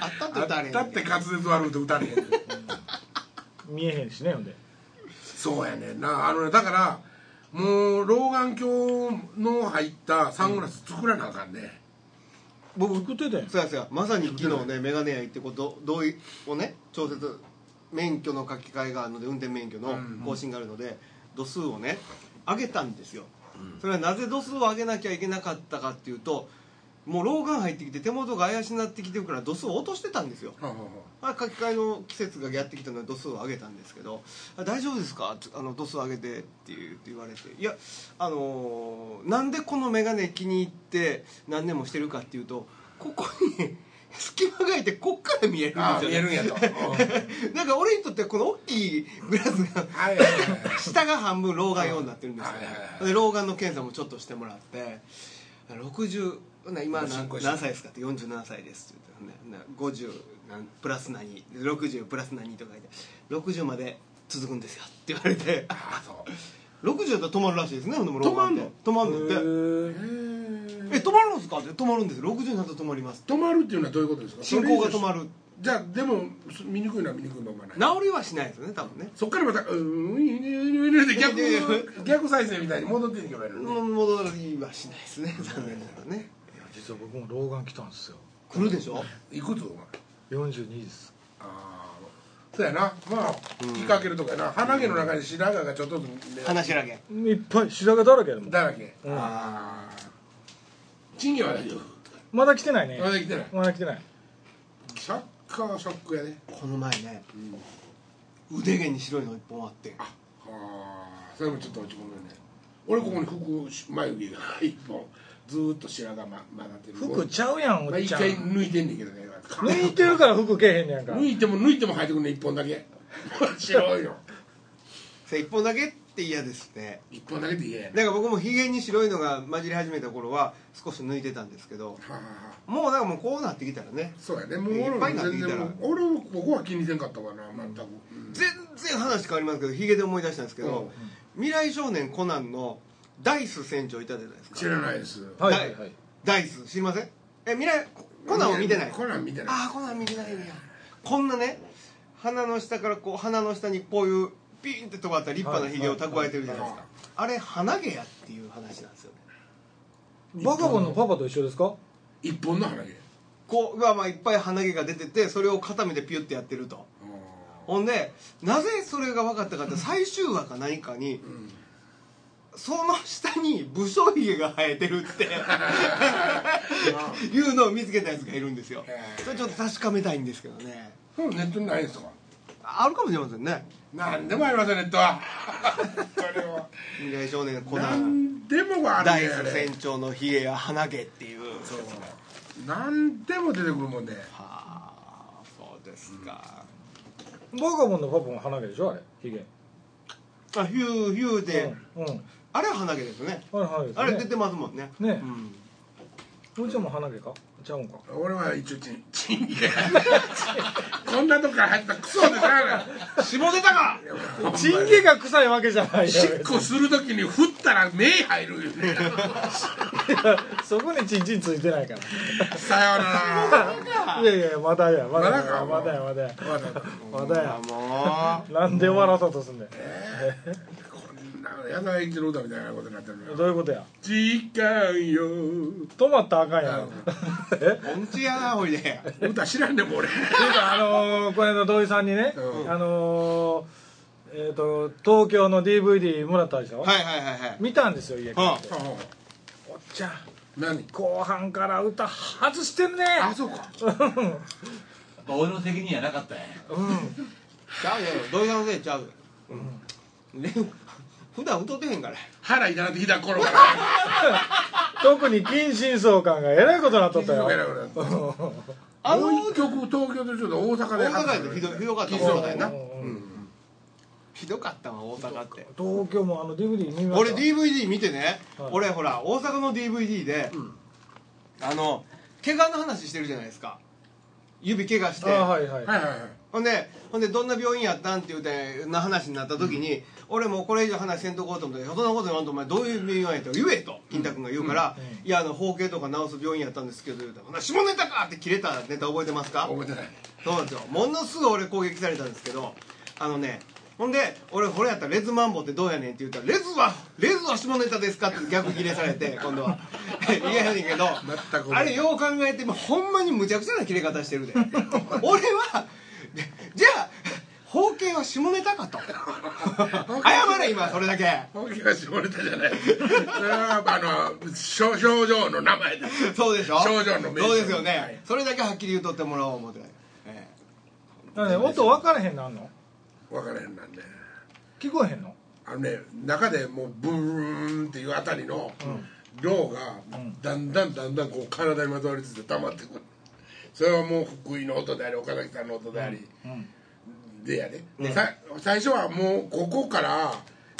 Speaker 4: あったっ
Speaker 2: あ
Speaker 4: て
Speaker 2: っ
Speaker 4: 歌われへん
Speaker 2: たって滑舌悪いと歌われへんねん
Speaker 3: 見えへんしねほんで
Speaker 2: そうやねんなあのねだからもう老眼鏡の入ったサングラス作らなあかんね、
Speaker 3: 僕作ってたやん
Speaker 4: そうやそうやまさに昨日ねメガネ屋行ってこと同意をね調節免許の書き換えがあるので運転免許の更新があるので度数をね上げたんですよそれはなぜ度数を上げなきゃいけなかったかっていうともう老眼入ってきて手元が怪しになってきてるから度数を落としてたんですよ
Speaker 2: はあは
Speaker 4: あ書き換えの季節がやってきたので度数を上げたんですけど「あ大丈夫ですか?ちょ」あの度数上げて」っていうって言われて「いやあのーなんでこの眼鏡気に入って何年もしてるかっていうとここに隙間が空いてこっから見えるんです
Speaker 2: あはああ
Speaker 4: よ、
Speaker 2: 見え
Speaker 4: ね、
Speaker 2: るんやと、うん
Speaker 4: なんか俺にとってこの大きいグラスが
Speaker 2: はいはいはい
Speaker 4: 下が半分老眼用になってるんですよ、
Speaker 2: はいはいはい
Speaker 4: で老眼の検査もちょっとしてもらって60な今
Speaker 2: もう進
Speaker 4: 何
Speaker 2: 行して
Speaker 4: 何歳ですかって47歳ですって言って、ね、な50なんプラス何60プラス何とか書いて60まで続くんですよって言われて
Speaker 2: あそう
Speaker 4: 60だと止まるらしいですねほんでもう老眼って止まるんだって
Speaker 2: へー
Speaker 4: え止まるんですかって止まるんですよ60になると止まります
Speaker 2: 止まるっていうのはどういうことですか
Speaker 4: 進行が止ま
Speaker 2: る
Speaker 4: る
Speaker 2: じゃあでも見にくいのは見にくいままない
Speaker 4: 治りはしないですよね多分ね
Speaker 2: そっからまた「うーん」で逆逆再生みたいに戻っていけばいいのね
Speaker 4: うん戻りはしないですね残念ながらね
Speaker 3: 実は僕も老眼来たんですよ
Speaker 4: 来るでしょ
Speaker 2: いくつお前
Speaker 3: 42です
Speaker 2: ああそうやなまあ引っ掛けるとかやな鼻毛の中に白髪がちょっとずつね
Speaker 4: 話しらけ
Speaker 3: いっぱい白髪だらけやでもん
Speaker 2: だらけ
Speaker 3: うん
Speaker 2: ああ賃金はないと
Speaker 3: まだ来てないね
Speaker 2: まだ来てない
Speaker 3: まだ来てない
Speaker 2: シャッカーはショックやね
Speaker 4: この前ね、腕毛に白いの一本あって
Speaker 2: ああそれもちょっと落ち込むよね俺ここに服し眉毛が 一本ずーっと白髪ま曲がってる
Speaker 3: 服ちゃうやんお
Speaker 2: まあ
Speaker 3: っ
Speaker 2: 一
Speaker 3: ちゃん
Speaker 2: 回抜いてんねんけどね
Speaker 3: 抜いてるから服けえへんねやんか
Speaker 2: 抜いても抜いても生えてくんねん一本だけ白いの
Speaker 4: それ一本だけって嫌ですね
Speaker 2: 一本だけで嫌やね
Speaker 4: だから僕もひげに白いのが混じり始めた頃は少し抜いてたんですけど
Speaker 2: はあはあはあ
Speaker 4: もうだからもうこうなってきたらね
Speaker 2: そうやねもう
Speaker 4: いっぱい
Speaker 2: 俺
Speaker 4: に
Speaker 2: も
Speaker 4: なって
Speaker 2: 全
Speaker 4: きたら
Speaker 2: 然もう俺もここは気にせんかったからな全く、
Speaker 4: 全然話変わりますけどひげで思い出したんですけど「未来少年コナン」のダイス船長いたじゃないですか
Speaker 2: 知らないです
Speaker 3: はいはいはい
Speaker 4: ダイス知りませんえ未来ココナンを見てない
Speaker 2: コナン見てない
Speaker 4: ああコナン見てないんやこんなね鼻の下からこう鼻の下にこういうピンって尖った立派なひげを蓄えてるじゃないですかあれ鼻毛やっていう話なんですよね
Speaker 3: バカボンのパパと一緒ですか
Speaker 2: 一本の鼻毛
Speaker 4: こうがまあいっぱい鼻毛が出ててそれを固めてピュッてやってるとほんでなぜそれが分かったかって最終話か何かに
Speaker 2: ん
Speaker 4: その下に武将ひげが生えてるって いうのを見つけたやつがいるんですよ
Speaker 2: へー
Speaker 4: それちょっと確かめたいんですけどね
Speaker 2: そうネットにないんですか
Speaker 4: あるかもしれませんね
Speaker 2: なんでもありませんネットはそれは
Speaker 4: 未来少年コナ
Speaker 2: な
Speaker 4: ン
Speaker 2: んでもがあ
Speaker 4: ダイ
Speaker 2: るねあ
Speaker 4: ス
Speaker 2: れ
Speaker 4: 船長のヒゲや鼻毛っていう
Speaker 2: そうなんでも出てくるもんね
Speaker 4: はあそうですか、
Speaker 3: バカボンのパパも鼻毛でしょあれヒゲ
Speaker 4: あヒューヒューで、
Speaker 3: うんうん
Speaker 4: あれは鼻毛ですね
Speaker 3: あれ鼻毛ですね
Speaker 4: あれ出てますもんね
Speaker 3: ね
Speaker 4: うん
Speaker 3: おちゃんも鼻毛かちゃうんか
Speaker 2: 俺は一応チンチンゲこんなとこから入ったらクソでしゃあない
Speaker 4: 下ネタか
Speaker 3: チンゲが臭いわけじゃないよ
Speaker 2: しっこするときに振ったら目入るよね
Speaker 3: そこにチンチンついてないか
Speaker 2: さようなら
Speaker 3: らいやいやまだやまだ
Speaker 2: まだか
Speaker 3: やまだやまだや
Speaker 2: まだ
Speaker 3: まだや
Speaker 4: も
Speaker 3: なんで終わらそうとすんねん
Speaker 2: こんな矢沢永吉の歌みたいなことになってるな
Speaker 3: どういうことや
Speaker 2: 時間よ
Speaker 3: 止まったらあかんやろえ
Speaker 4: う音痴やなほいで
Speaker 2: 歌知らんでも俺
Speaker 3: っていうかあのーこの間土井さんにね、
Speaker 2: うん
Speaker 3: あのーえっ、と東京の DVD もらったでしょ、
Speaker 4: はいはいはいはい
Speaker 3: 見たんですよ家帰って、
Speaker 4: うん
Speaker 3: おっちゃん
Speaker 2: 何
Speaker 3: 後半から歌外してんね
Speaker 2: あそうか
Speaker 1: まあ俺の責任やなかったんや
Speaker 3: うん
Speaker 4: ちゃうよ土井さんのせいちゃうよ、ね普段歌ってへんから
Speaker 2: 腹痛なってきた頃から
Speaker 3: 特に近親相関がえらいことなっとったよ
Speaker 2: えらいこと
Speaker 4: あ
Speaker 2: も
Speaker 4: の
Speaker 2: う一曲東京でちょっと大阪で
Speaker 4: 大阪やとひどひどかった
Speaker 2: ひどかった
Speaker 4: や
Speaker 2: よな
Speaker 4: なひどかったわ大阪って
Speaker 3: 東京もあの DVD 見ました
Speaker 4: 俺 DVD 見てね、
Speaker 3: はい
Speaker 4: 俺ほら大阪の DVD で、あの怪我の話してるじゃないですか指怪我して、
Speaker 3: あはいはい
Speaker 2: はいはいはい
Speaker 4: ほんでほんでどんな病院やったんって言うてな話になった時に、俺もうこれ以上話せんとこうと思って「そんなこと言わんとお前どういう病院やったら言え」と金太君が言うから「いやあの包茎とか治す病院やったんですけど」言うたらほな「下ネタか!」って切れたネタ覚えてますか
Speaker 2: 覚えてない
Speaker 4: そうなんですよものすごい俺攻撃されたんですけどあのねほんで俺これやったらレズマンボってどうやねんって言ったら「レズはレズは下ネタですか?」って逆切れさ れて今度は 言えへんねんけど
Speaker 2: 全く
Speaker 4: あれよう考えてもほんまにむちゃくちゃな切れ方 してるで俺はじゃあ包茎は下ネタかと謝れ今それだけ
Speaker 2: 本気が絞れたじゃないそれはあの症症状の名前です
Speaker 4: そうでしょ
Speaker 2: 症状の名称
Speaker 4: そうですよね、
Speaker 2: はい
Speaker 4: それだけはっきり言うとってもらおう思って、え
Speaker 3: なんで音分からへんのあんの
Speaker 2: 分からへんなんで
Speaker 3: 聞こえへんの
Speaker 2: あのね中でもうブーンっていうあたりの量がだんだんだんだんこう体にまとわりついて溜まってくるそれはもう福井の音であり岡崎さんの音であり、でやで、さ最初はもうここから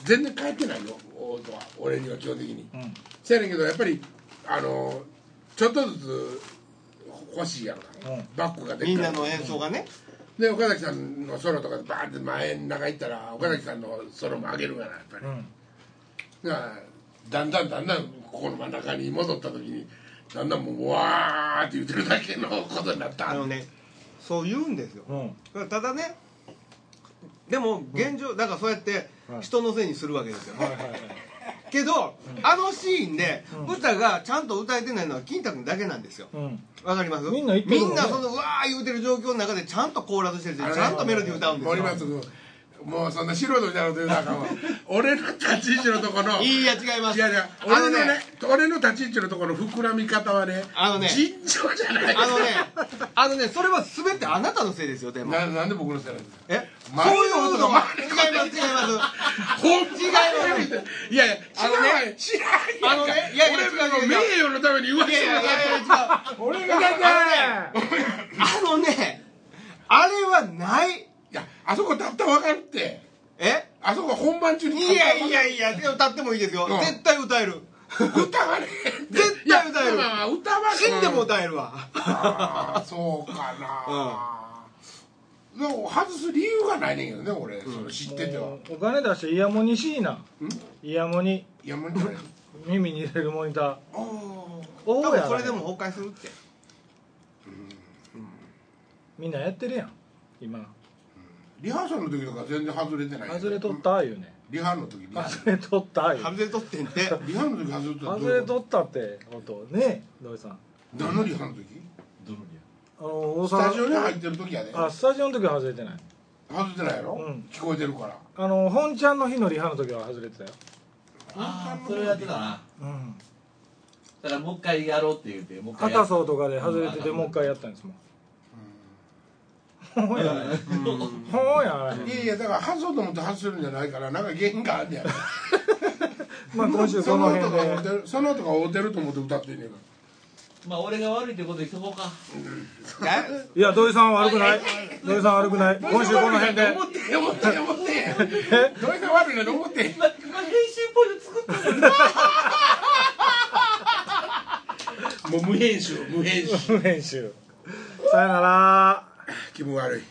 Speaker 2: 全然変えてないよ音は俺には基本的に、せやねんけどやっぱりあのちょっとずつ欲しいやんか、バックが
Speaker 4: え
Speaker 2: で
Speaker 4: み
Speaker 2: き
Speaker 4: ん
Speaker 2: た
Speaker 4: なの演奏がね、
Speaker 2: で岡崎さんのソロとかでバーンって前の中行ったら岡崎さんのソロも上げるからやっぱり、だからだんだんだんだんここの真ん中に戻った時にだんだんもうわーって言ってるだけのことになった
Speaker 4: あのねそう言うんですよ、
Speaker 3: うん
Speaker 4: ただねでも現状、だからそうやって人のせいにするわけですよ、けど、あのシーンで歌がちゃんと歌えてないのは金太君だけなんですよ
Speaker 3: うん
Speaker 4: わかります
Speaker 3: みんな言ってるもん
Speaker 4: み
Speaker 3: ね
Speaker 4: んなそのうわー言うてる状況の中でちゃんとコーラスしてるしち
Speaker 2: あのね
Speaker 4: ゃんとメロディー歌うんです
Speaker 2: 森
Speaker 4: よ
Speaker 2: 松君もうそんな素人みたいなこと言うたらあかんわ俺の立ち位置のとこの
Speaker 4: いいや違います
Speaker 2: いやいや
Speaker 4: あの
Speaker 2: 俺
Speaker 4: ね
Speaker 2: のね俺の立ち位置のとこの膨らみ方はね
Speaker 4: あのね
Speaker 2: 尋常じゃない
Speaker 4: あのねあのねそれは全てあなたのせいですよでも
Speaker 2: ななんで僕のせいなんですか
Speaker 4: え
Speaker 2: ま
Speaker 4: そういうことが
Speaker 2: そう
Speaker 4: 違
Speaker 2: い
Speaker 4: い
Speaker 2: こ
Speaker 4: うます違い ます
Speaker 2: ほんま
Speaker 4: 違います
Speaker 2: いやいや
Speaker 4: あのね
Speaker 2: 知らん
Speaker 4: あのねいやいや違う
Speaker 2: 俺の
Speaker 4: 違う違う
Speaker 2: 名誉のために言わ
Speaker 4: い
Speaker 2: せ
Speaker 4: や
Speaker 2: て
Speaker 4: い
Speaker 2: も
Speaker 4: や
Speaker 2: ら
Speaker 4: いう
Speaker 3: 俺
Speaker 4: やいや違う
Speaker 3: が
Speaker 2: あ
Speaker 3: ね
Speaker 4: あのね、あれはない。
Speaker 2: いやあそこだったら分かるって
Speaker 4: え
Speaker 2: あそこ本番中に
Speaker 4: いやいやいや、歌ってもいいですよ。
Speaker 2: うん
Speaker 4: 絶対歌える。
Speaker 2: 歌わねえ
Speaker 4: 絶対歌える
Speaker 2: いやまあ歌わ
Speaker 4: 死んでも歌えるわ。
Speaker 2: ああそうかな、でも外す理由がないねんけどね俺、それ知ってては
Speaker 3: お金出してイヤモニしいなイヤモニ
Speaker 2: いやもうね
Speaker 3: 耳に入れるモニター
Speaker 2: あー
Speaker 3: お
Speaker 4: 多
Speaker 3: おや
Speaker 4: 分
Speaker 3: が
Speaker 4: それでも崩壊するって。
Speaker 3: みんなやってるやん今
Speaker 2: リハーサルの時とか全然外れてない
Speaker 3: 外れとった言うね
Speaker 2: リハの時に
Speaker 3: 外れとった言う
Speaker 4: ハブで取ってんて。
Speaker 2: リハの時外れとった
Speaker 3: 外れとったって音ね土井さん
Speaker 2: 何のリハの時
Speaker 1: どのにや
Speaker 3: あの大
Speaker 2: スタジオ
Speaker 3: 阪
Speaker 2: に入ってる時やで
Speaker 3: あ
Speaker 2: 外
Speaker 3: スタジオの時は外れてない
Speaker 2: れてないやろ、
Speaker 3: うん
Speaker 2: 聞こえてるから
Speaker 3: あの本ちゃんの日のリハの時は外れてたよ
Speaker 1: ああそれやってたな
Speaker 3: うん
Speaker 1: だからもう一回やろうって言うてもう一回や
Speaker 3: 片層とかで外れててもう一回やったんですもんほうやねほうや
Speaker 2: い
Speaker 3: ね
Speaker 2: やいやだから外そうと思って外するんじゃないからなんか原因があんねや
Speaker 3: まあ今週
Speaker 2: そ
Speaker 3: この
Speaker 2: の音
Speaker 3: 辺
Speaker 2: が合うて
Speaker 3: で
Speaker 2: るその音が合うてると思って歌ってんねんから
Speaker 1: まあ俺が悪いってことにしとこうか
Speaker 4: え
Speaker 3: いや土井さんは悪くない土井さんは悪くない今週この 辺で
Speaker 2: 思ってへん思ってへん思ってへん土井さん悪いなと思ってへん
Speaker 1: 今今編集ポイント作ったのに
Speaker 2: もう無編集無編集
Speaker 3: 編集さよなら
Speaker 2: 気分悪い